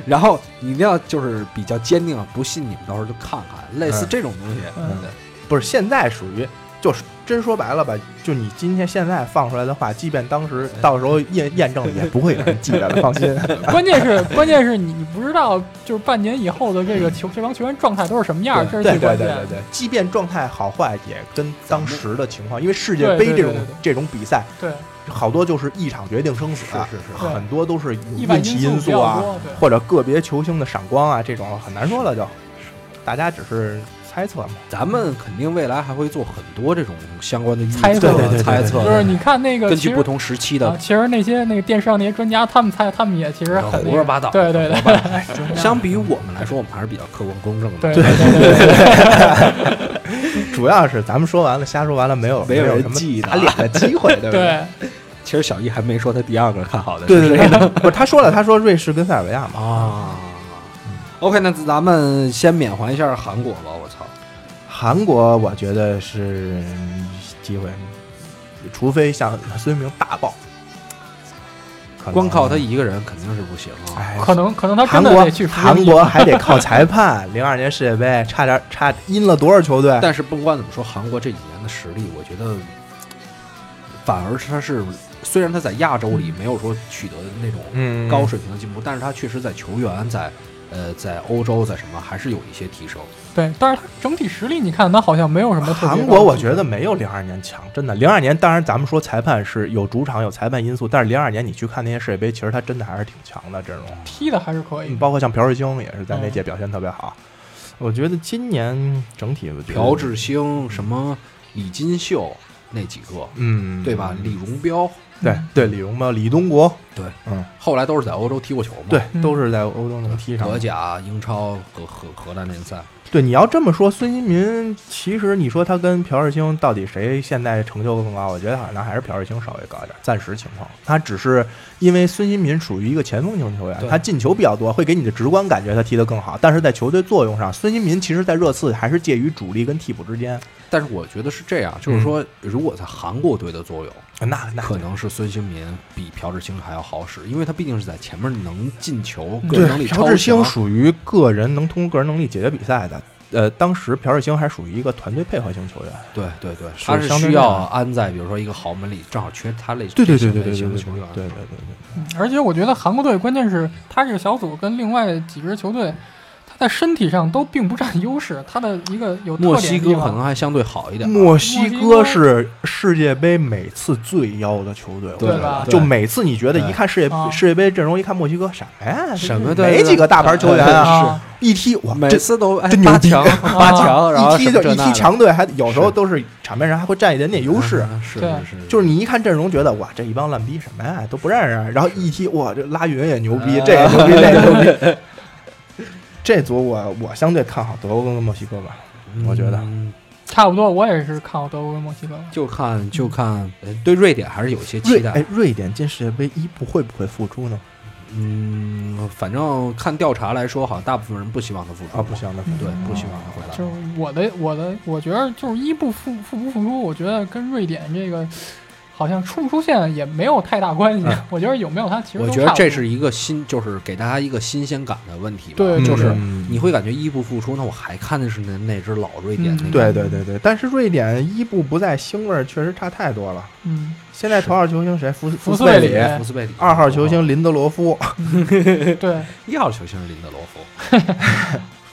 A: 然后你一定要就是比较坚定，不信你们到时候就看看，类似
B: 嗯
A: 这种东西。
C: 嗯
A: 对
B: 不是，现在属于就是真说白了吧，就你今天现在放出来的话，即便当时到时候验验证了，也不会有人记得的，放心。
C: 关键是关键是你你不知道，就是半年以后的这个球这帮球员状态都是什么样，这
B: 对对
C: 是最
B: 对
C: 关键
B: 对
C: 的。
B: 对，即便状态好坏也跟当时的情况，因为世界杯这
C: 对对
B: 种
C: 对对对
B: 这种比赛，
C: 对，
B: 好多就是一场决定生死啊，
A: 是是是
C: 对
B: 很多都是有
C: 意外
B: 运气
C: 因素比
B: 素
C: 较
B: 啊
C: 多对，
B: 或者个别球星的闪光啊，这种很难说了就，大家只是猜测嘛。
A: 咱们肯定未来还会做很多这种相关的预
C: 猜测
A: 测、
C: 对
B: 对对对
A: 猜测，
B: 对
C: 就是你看那个
A: 根
C: 其
A: 据
C: 实
A: 不同时期
C: 啊
A: 的，
C: 其实那些那个电视上那些专家，他们猜他们也其实很
A: 呃胡说八道。
C: 对对对
A: 胡说八道。相比于我们来说，我们还是比较客观公正的。
C: 对对对对对，
B: 主要是咱们说完了，瞎说完了，没有
A: 没有
B: 有
A: 人
B: 什么
A: 记得
B: 打脸的机会，对不对？
C: 对
A: 其实小易还没说他第二个看好的。
B: 对对对， 不是他说了，他说瑞士跟塞尔维亚嘛，
A: 啊。OK，那咱们先缅怀一下韩国吧。我操，
B: 韩国我觉得是机会，除非像孙兴民大爆，可能
A: 光靠他一个人肯定是不行啊。
B: 哎
C: 可能可能他
B: 韩
C: 真的
B: 国
C: 得去服
B: 韩国还得靠裁判， 零二年世界杯差点差阴了多少球队？
A: 但是不管怎么说，韩国这几年的实力，我觉得反而是他是虽然他在亚洲里没有说取得那种
B: 嗯
A: 高水平的进步，但是他确实在球员在呃在欧洲在什么还是有一些提升。
C: 对，但是他整体实力你看他好像没有什么特别高的
B: 韩国我觉得没有零二年强，真的。零二年当然咱们说裁判是有主场有裁判因素，但是零二年你去看那些世界杯，其实他真的还是挺强的阵容。
C: 踢的还是可以
B: 嗯，包括像朴智星也是在
C: 嗯
B: 那届表现特别好。我觉得今年整体我觉得
A: 朴智星、什么李金秀那几个，
B: 嗯，
A: 对吧？李荣彪
B: 对对李荣彪、李东国，
A: 对，
B: 嗯，
A: 后来都是在欧洲踢过球嘛？
B: 对，
C: 嗯
B: 都是在欧洲能踢上
A: 德。甲、英超和和荷兰联赛，
B: 对，你要这么说，孙兴民其实你说他跟朴智星到底谁现在成就更高？我觉得好像还是朴智星稍微高一点，暂时情况。他只是因为孙兴民属于一个前锋型球员，
A: 对
B: 他进球比较多，会给你的直观感觉他踢得更好，但是在球队作用上，孙兴民其实在热刺还是介于主力跟替补之间。
A: 但是我觉得是这样，
B: 嗯
A: 就是说，如果在韩国队的作用，
B: 那那
A: 可能是孙兴民比朴智星还要好使，因为他毕竟是在前面能进球，
C: 嗯
A: 个人能力
B: 朴
A: 超
B: 智星
A: 强。
B: 属于个人能通过个人能力解决比赛的，呃，当时朴智星还属于一个团队配合型球员，
A: 对对对，
B: 是
A: 他是
B: 相对
A: 需要
B: 来
A: 安在比如说一个豪门里，正好缺他类
B: 对
A: 这
B: 对对
A: 些
B: 对
A: 类
B: 对对对
A: 型的
B: 对
A: 球员。
B: 对对对，
C: 嗯而且我觉得韩国队关键是他这个小组跟另外几支球队，他在身体上都并不占优势，他的一个有特点
A: 墨西
C: 的地
A: 哥
C: 方
A: 可能还相对好一点啊，
B: 墨西哥
C: 哥
B: 是世界杯每次最妖的球队，我
A: 对
B: 觉
C: 吧
B: 得就
A: 对
B: 每次你觉得一看世界
C: 啊
B: 世界杯阵容，一看墨西哥什么呀，
A: 什么
B: 没几个大牌球员啊，
C: 啊，
B: 一踢哇，
A: 每
B: 这
A: 次都哎
B: 真牛
A: 八
B: 逼
A: 强 八 强，然后
B: 一踢就
A: 什么这
B: 一踢
A: 那的
B: 强队，还有时候
A: 是
B: 都是场面上还会占一点点优势。
A: 嗯是
C: 对
A: 是是，
B: 就是你一看阵容，觉得哇，这一帮烂逼什么呀，都不认识。啊然后一踢，哇，这拉云也牛逼，
A: 啊
B: 这也牛逼，那也牛逼。 这组我我相对看好德国跟墨西哥吧。我觉得
A: 嗯
C: 差不多，我也是看好德国跟墨西哥。
A: 就看就看呃对瑞典还是有些期
B: 瑞
A: 待
B: 哎。，瑞典进世界杯一不会不会复出呢？
A: 嗯，反正看调查来说，好像大部分人不希望他复出
B: 啊，不，行的，
A: 对，
C: 嗯
A: 不希望他回来
C: 就。是我的我的，我觉得就是伊布复复不复出，我觉得跟瑞典这个好像出不出现也没有太大关系。
B: 嗯
C: 我觉得有没有他其实
A: 我
C: 都
A: 觉
C: 差
A: 得
C: 不
A: 这
C: 多
A: 是一个新，就是给大家一个新鲜感的问题吧。
B: 嗯
C: 对
A: 就是
C: 对对
A: 你会感觉伊布复出，那我还看的是那那只老瑞典
C: 嗯
A: 那个。
B: 对对对对，但是瑞典伊布不在，腥味儿确实差太多了。
C: 嗯，
B: 现在头号球星谁？福福
C: 福
B: 斯
C: 斯
B: 贝
C: 贝
B: 里
C: 里，
A: 福斯贝里哦
B: 二号球，星林德罗夫，
C: 对，
A: 一号球星是林德罗夫。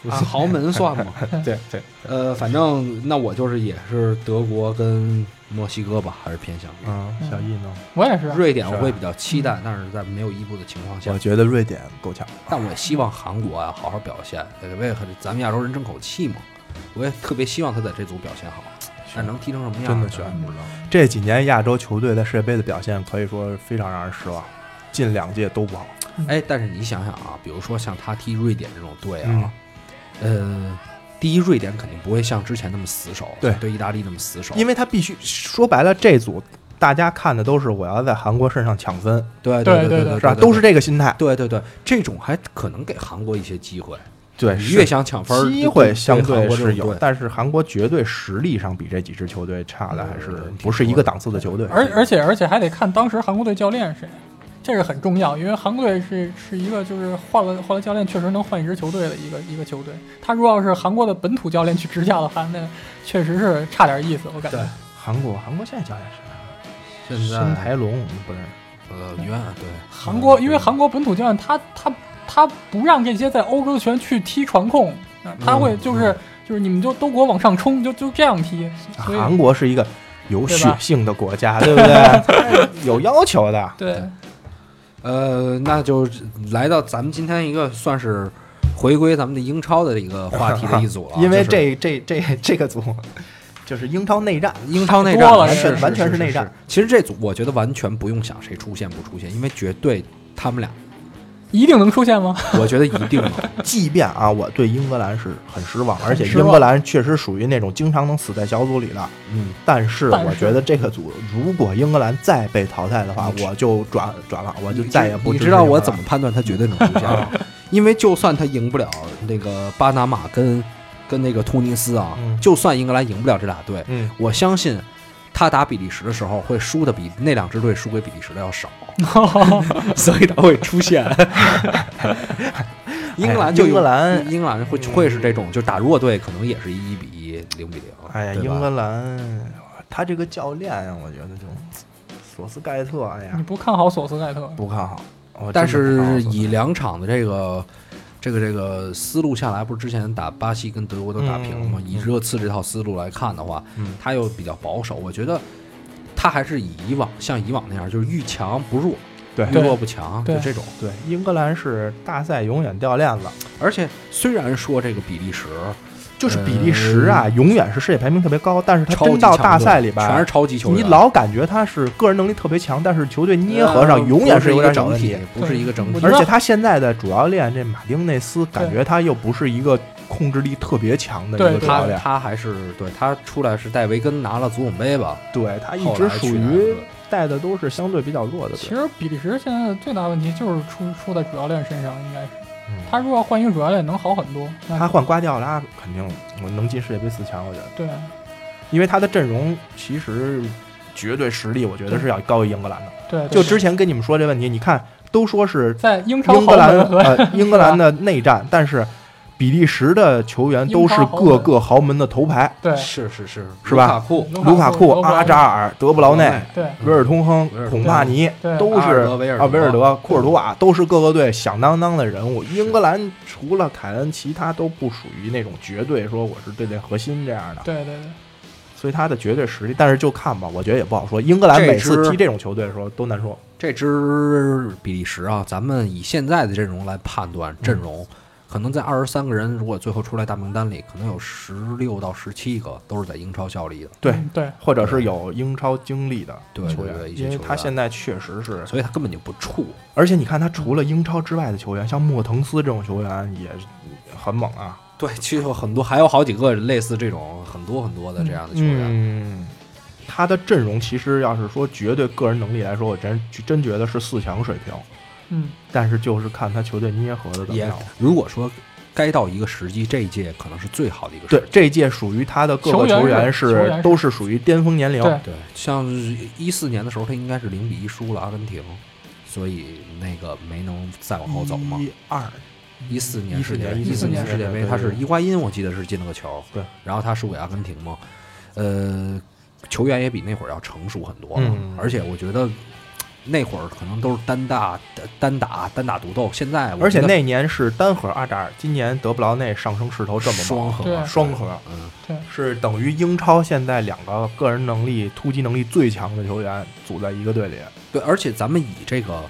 A: 啊豪门算吗？
B: 对对，
A: 呃，反正那我就是也是德国跟墨西哥吧，还是偏向于
B: 嗯，小易呢？
C: 我也是。
A: 瑞典，我
B: 是吧
A: 会比较期待，但是在没有伊布的情况下
B: 我，觉得瑞典够呛。
A: 但我也希望韩国啊好好表现，也为咱们亚洲人争口气嘛。我也特别希望他在这组表现好，但能踢成什么样，
B: 真的是
A: 咱们不知道。
B: 这几年亚洲球队在世界杯的表现可以说非常让人失望，近两届都不好。
A: 哎，但是你想想啊，比如说像他踢瑞典这种队
B: 嗯
A: 啊，呃，第一，瑞典肯定不会像之前那么死守，
B: 对
A: 对意大利那么死守，
B: 因为他必须说白了，这组大家看的都是我要在韩国身上抢分，
A: 对对
C: 对对
A: 对，
B: 是吧？都是这个心态。
A: 对对对，这种还可能给韩国一些机会，
B: 对
A: 你越想抢分儿，
B: 哎机会相
A: 对
B: 对
A: 韩国这
B: 是
A: 种
B: 有，
A: 队
B: 但是韩国绝对实力上比这几支球队差的还是
A: 对对对
B: 不是一个档次的球队。
C: 而而且而且还得看当时韩国队教练是谁，这个很重要，因为韩国队是是一个就是换了换了教练，确实能换一支球队的一个一个球队。他如果要是韩国的本土教练去执教的话，那确实是差点意思，我感觉
A: 对。
B: 韩国，韩国现在教练是
A: 现
B: 谁
A: 在
B: 申台龙，我们不认识。
A: 呃，远对
C: 韩国，因为韩国本土教练他他他不让这些在欧洲的球员去踢传控，啊他会就是、就是你们就都给我往上冲，就就这样踢。所以
B: 韩国是一个有
C: 对
B: 血
C: 吧
B: 性的国 家，对不对？有要求的。
C: 对，
A: 呃，那就来到咱们今天一个算是回归咱们的英超的一个话题的一组了
B: ，因
A: 就
B: 为
A: 是
B: 这这这这个组就是英超内战，
A: 英超内
C: 太
A: 战
C: 多了
A: 是
B: 完全
A: 是
B: 是内战
A: 是其实这组我觉得完全不用想谁出现不出现，因为绝对他们俩，
C: 一定能出现吗？
A: 我觉得一 定能。
B: 即便啊，我对英格兰是很失望，而且
C: 失望
B: 英格兰确实属于那种经常能死在小组里的。
A: 嗯，
B: 但是
C: 但是
B: 我觉得这个组如果英格兰再被淘汰的话，
A: 你知
B: 我就转转了，我就再也不
A: 你
B: 支
A: 知
B: 持
A: 道
B: 英格
A: 我
B: 兰
A: 怎么判断他绝对能出现 吗？因为就算他赢不了那个巴拿马跟跟那个突尼斯啊，
B: 嗯
A: 就算英格兰赢不了这俩队，
B: 嗯，
A: 我相信他打比利时的时候会输的比那两支队输给比利时的要 少，所以他会出现。哎英格兰就有
B: 英格兰
A: 英格兰会会是这种，就打弱队可能也是一比一、零比零。
B: 哎呀，
A: 对吧
B: 英格兰他这个教练啊，我觉得就索斯盖特，哎
C: 你
B: 呀，
C: 不看好索斯盖特？
B: 不看好。我真的
A: 但
B: 不看好
A: 是
B: 索斯
A: 以两场的这个这个这个思路下来，不是之前打巴西跟德国都打平了吗？
B: 嗯
A: 以热刺这套思路来看的话，
B: 嗯
A: 他又比较保守，我觉得他还是以以往像以往那样，就是遇强不弱，
B: 对
A: 遇弱不强，就
C: 对
A: 这种。
B: 对英格兰是大赛永远掉链子，
A: 而且虽然说这个比利时
B: 就是比利时啊，永远是世界排名特别高，但是他
A: 超级
B: 真到
A: 强
B: 大
A: 队
B: 赛里边，
A: 全是嗯超级球员，
B: 你老感觉他是个人能力特别强，但是球队捏合
A: 呃
B: 上永远
A: 不是一
B: 有
A: 个
B: 点小
A: 整
B: 问
A: 体
B: 题。，
A: 不是一个整体
C: 对。
B: 而且他现在的主教练这马丁内斯，感觉他又不是一个控制力特别强的一个
C: 对
B: 主
C: 对
B: 教
A: 他
B: 练，
A: 他还是对他出来是带维根拿了足总杯吧，
B: 对他一
A: 后
B: 直
A: 来
B: 属
A: 去哪儿
B: 于
A: 对
B: 带的都是相对比较弱的
C: 其
B: 队。
C: 实比利时现在的最大问题就是出出在主教练身上，应该是
B: 嗯
C: 他如果换一个主教练能好很多。那
B: 他换瓜迪奥拉肯定我能进世界杯四强，我觉得，
C: 对
B: 因为他的阵容其实绝对实力，我觉得是要高于英格兰的。
C: 对，对
B: 就之前跟你们说这问题，你看都说是
C: 在英超
B: 英格
C: 豪
B: 兰
C: 门和
B: 呃英格兰的内战，但是比利时的球员都是
C: 英超豪门
B: 各个豪门的头牌，
C: 对
A: 是是是，
B: 是
A: 卢
B: 吧
A: 卡库、
B: 卢卡库、
C: 卢卡库
B: 阿扎尔、德布劳内、
C: 对
B: 维尔通亨
A: 维尔、通
B: 孔
A: 亨
B: 帕尼
C: 对
B: 都
A: 阿
B: 是
A: 尔德维尔
B: 啊，
A: 图
B: 维尔德
A: 瓦、
B: 库尔图瓦都是各个队响当当的人物。英格兰除了凯恩，其他都不属于那种绝对说我是队内核心这样的，
C: 对对对，
B: 所以他的绝对实力，但是就看吧，我觉得也不好说。英格兰
A: 这
B: 每次
A: 支
B: 踢这种球队的时候都难说，
A: 这支比利时啊，咱们以现在的阵容来判断
B: 嗯
A: 阵容，可能在二十三个人如果最后出来大名单里，可能有十六到十七个都是在英超效力的。
B: 对，
C: 嗯对
B: 或者是有英超经历的
A: 对
B: 球员
A: 对对，一些
B: 因为
A: 球
B: 他
A: 员
B: 现在确实是，
A: 所以他根本就不怵，
B: 而且你看他除了英超之外的球员，像莫腾斯这种球员也很猛啊，
A: 对，其实有很多还有好几个类似这种很多很多的这样的球员，
B: 嗯，他的阵容其实要是说绝对个人能力来说，我真真觉得是四强水平。
C: 嗯
B: 但是就是看他球队捏合的怎么
A: 也
B: 样。
A: 如果说该到一个时机，这一届可能是最好的一个时
B: 对
A: 机，。
B: 这一届属于他的各个
C: 球员是
B: 员
C: 球员是
B: 都是属于巅峰年龄，
C: 对
A: 对，像呃一四年的时候，他应该是零比一输了阿根廷，所以那个没能再往后走嘛。
B: 一二
A: 一四年
B: 14
A: 世界
B: 嗯年
A: 一
C: 14年
A: 世界杯，
B: 对
A: 他
B: 对
A: 是
B: 对
A: 伊瓜因，我记得是进了个球，
B: 对，
A: 然后他输给阿根廷嘛，呃，球员也比那会儿要成熟很多了，
B: 嗯
A: 而且我觉得那会儿可能都是单打单打单打独斗，现在我
B: 而且
A: 觉得
B: 那年是单核阿扎尔，今年德布劳内上升势头这么猛啊
A: 双核
C: 对
B: 双核
A: 嗯，
B: 是等于英超现在两个个人能力、突击能力最强的球员组在一个队里，
A: 对，而且咱们以这个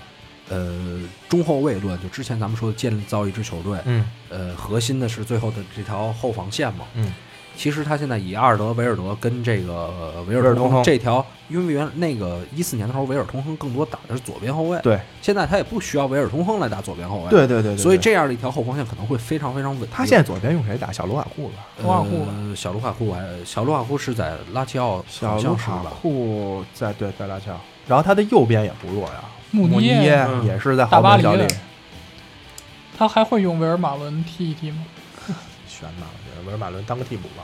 A: 呃中后卫论，就之前咱们说的建造一支球队，
B: 嗯
A: 呃，核心的是最后的这条后防线嘛。
B: 嗯，
A: 其实他现在以阿尔德维尔德跟这个呃维
B: 维尔
A: 尔
B: 通
A: 通
B: 亨
A: 亨这条，因为原那个一四年的时候，维尔通亨更多打的是左边后卫，
B: 对
A: 现在他也不需要维尔通亨来打左边后卫，，
B: 对对
A: 所以这样的一条后防线可能会非常非常稳定。
B: 他现在左边用谁打？小卢卡库吧，
C: 卢卡库吧
A: 呃，小卢卡库还小卢卡库是在拉齐奥，
B: 小
A: 好
B: 卢
A: 像是
B: 卡
A: 吧？
B: 库在对在拉乔，然后他的右边也不弱呀，
C: 穆
B: 尼
C: 尼耶
A: 嗯
B: 也是在
C: 大
B: 豪
C: 巴
B: 门
C: 黎
B: 效力
C: 的，，他还会用维尔马伦踢一踢吗？
B: 悬吧，我觉得维尔马伦当个替补吧。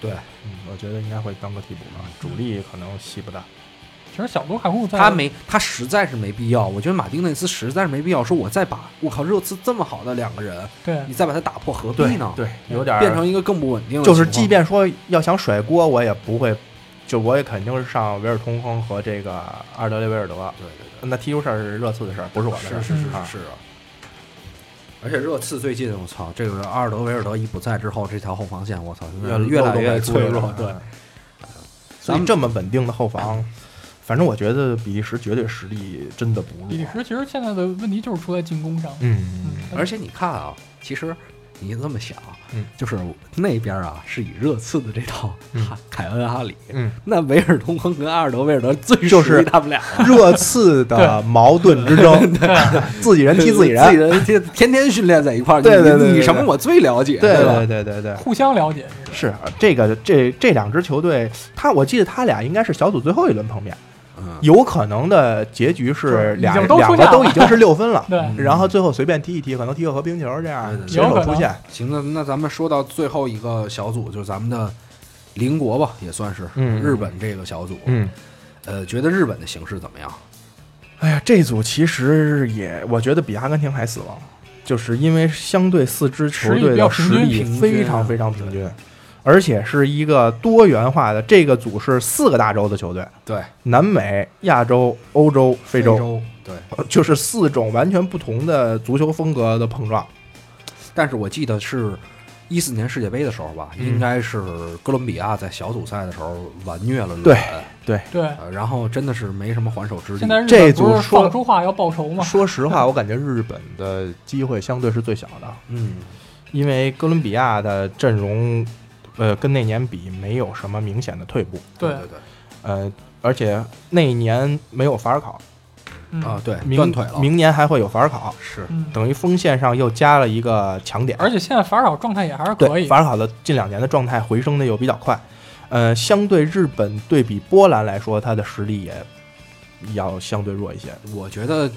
A: 对，
B: 嗯，我觉得应该会当个替补吧，主力可能戏不大。
C: 其实小卢卡库在
A: 他没，他实在是没必要。我觉得马丁内斯实在是没必要。说我再把我靠热刺这么好的两个人，
C: 对
A: 你再把他打破，何必呢？
B: 对，有点儿
A: 变成一个更不稳定的情
B: 就
A: 况。
B: 是，即便说要想甩锅，我也不会，就我也肯定是上维尔通亨和这个阿尔德雷维尔德。
A: 对对
B: 那踢出事儿是热刺的事儿，不是我的事
A: 对，
B: 儿。
A: 是是是
B: 啊
A: 是啊。而且热刺最近，我操，这个阿尔德维尔德一不在之后，这条后防线，我操，
B: 越嗯
A: 越来越
B: 出
A: 脆弱。嗯对，
B: 对，所以这么稳定的后防，反正我觉得比利时绝对实力真的不弱。
C: 比利时其实现在的问题就是出在进攻上，
B: 嗯，
C: 嗯，
A: 而且你看啊，其实你这么想
B: 嗯，
A: 就是那边啊是以热刺的这套
B: 嗯
A: 哈凯恩阿里，
B: 嗯，
A: 那维尔通亨跟阿尔德维尔德最
B: 就
A: 属
B: 是
A: 于他们俩了。
B: 热刺的矛盾之争， 自己人踢自己人
A: 自己，人天天天训练在一块儿，
B: 对对对
A: 你
B: 对对
A: 你什么我最了解，
B: 对
A: 吧？
B: 对对对对，
C: 互相了解，
B: 是啊这个这这两支球队，他我记得他俩应该是小组最后一轮碰面，
A: 嗯，
B: 有可能的结局是
C: 是
B: 俩
C: 已经都
B: 两
C: 出
B: 个
C: 现
B: 都
C: 了，
B: 已经是六分了
C: 对
A: 嗯
B: 然后最后随便踢一踢，可能踢个和平球这样
A: 对对对
B: 随手
C: 有可
B: 出
C: 能
B: 现。
A: 行，那那咱们说到最后一个小组，就是咱们的邻国吧，也算是、
B: 嗯
A: 日本这个小组。
B: 嗯，
A: 呃，觉得日本的形势怎么样？
B: 哎呀，这组其实也我觉得比阿根廷还死亡，就是因为相对四支球
C: 实力
B: 队的
C: 比较
B: 实
C: 平均
B: 力
A: 平均
B: 非常
A: 啊
B: 非常平均，而且是一个多元化的。这个组是四个大洲的球队，
A: 对，
B: 南美、亚洲、欧洲、非洲。
A: 对，
B: 就是四种完全不同的足球风格的碰撞。
A: 但是我记得是一四年世界杯的时候吧，
B: 嗯
A: 应该是哥伦比亚在小组赛的时候完虐了日本，
B: 对对，
C: 对。
A: 呃然后真的是没什么还手之力。
C: 现在日
B: 这
C: 本
B: 组
C: 不是
B: 说
C: 放出话要报仇吗？
B: 说实话，我感觉日本的机会相对是最小的，
A: 嗯，
B: 因为哥伦比亚的阵容，呃，跟那年比没有什么明显的退步，
A: 对
C: 对
A: 对，
B: 呃，而且那一年没有法尔考，
C: 嗯
A: 啊，对，
B: 明
A: 断腿了，
B: 明年还会有法尔考，
A: 是
C: 嗯，
B: 等于锋线上又加了一个强点。
C: 而且现在法尔考状态也还是可
B: 对，
C: 以
B: 法，尔考的近两年的状态回升的又比较快，呃，相对日本对比波兰来说，他的实力也要相对弱一些。
A: 我觉得，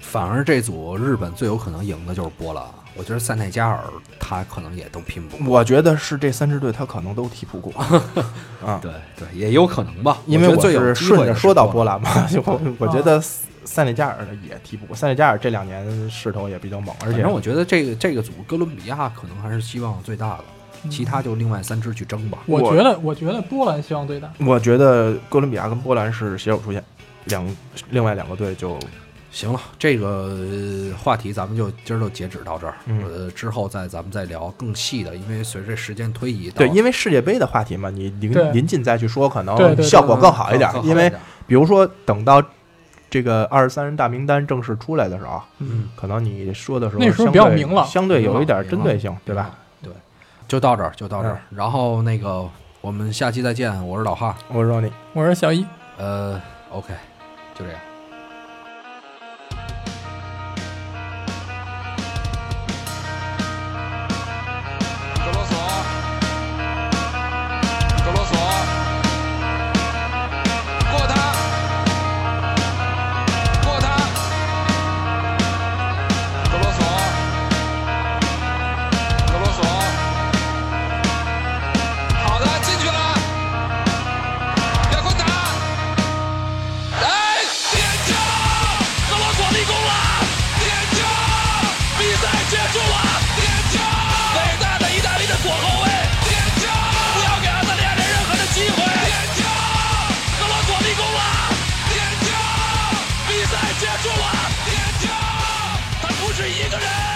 A: 反而这组日本最有可能赢的就是波兰。我觉得塞内加尔他可能也都拼不过。
B: 我觉得是这三支队他可能都踢不过啊，
A: 对对，也有可能吧，
B: 因为
A: 我觉得最
B: 我
A: 有
B: 是
A: 机会
B: 顺
A: 的
B: 着
A: 是
B: 说到
A: 波
B: 波
A: 兰，
C: 啊
B: 兰嘛，就我我觉得塞塞内加尔的也替补，塞内加尔这两年势头也比较猛，而
A: 反
B: 且
A: 正我觉得这个这个组哥伦比亚可能还是希望最大的，
C: 嗯
A: 其他就另外三支去争吧。
C: 我
B: 我
C: 觉得我觉得波兰希望最大，
B: 我觉得哥伦比亚跟波兰是携手出线，两另外两个队就
A: 行了，这个呃话题咱们就今儿就截止到这儿，
B: 嗯
A: 呃，之后再咱们再聊更细的，因为随着时间推移到，
B: 对，因为世界杯的话题嘛，你临
C: 对
B: 临近再去说，可
C: 对对
B: 能
C: 对
B: 效果更好一点。
A: 更
B: 因为比如说等到这个二十三人大名单正式出来的时候，
A: 嗯，
B: 可能你说的时候
C: 那时候
B: 相
C: 比较
B: 对
C: 明朗嗯
B: 相对有一点
A: 明朗
B: 针对性，对吧？？
A: 对，就到这儿，就到这儿。然后那个，我们下期再见，我是老哈，
B: 我说你。
C: 我是小一。
A: 呃，OK，就这样。
D: 格罗索，格罗索，过他，过他，格罗索，格罗索，好的，进去了，别困他，哎，点球，格罗索立功了，点球，比赛结束了，点球，伟大的意大利的左后卫，点球，不要给阿德利亚人任何的机会，点球，格罗索立功了，点球，比赛结束了，点球，他不是一个人。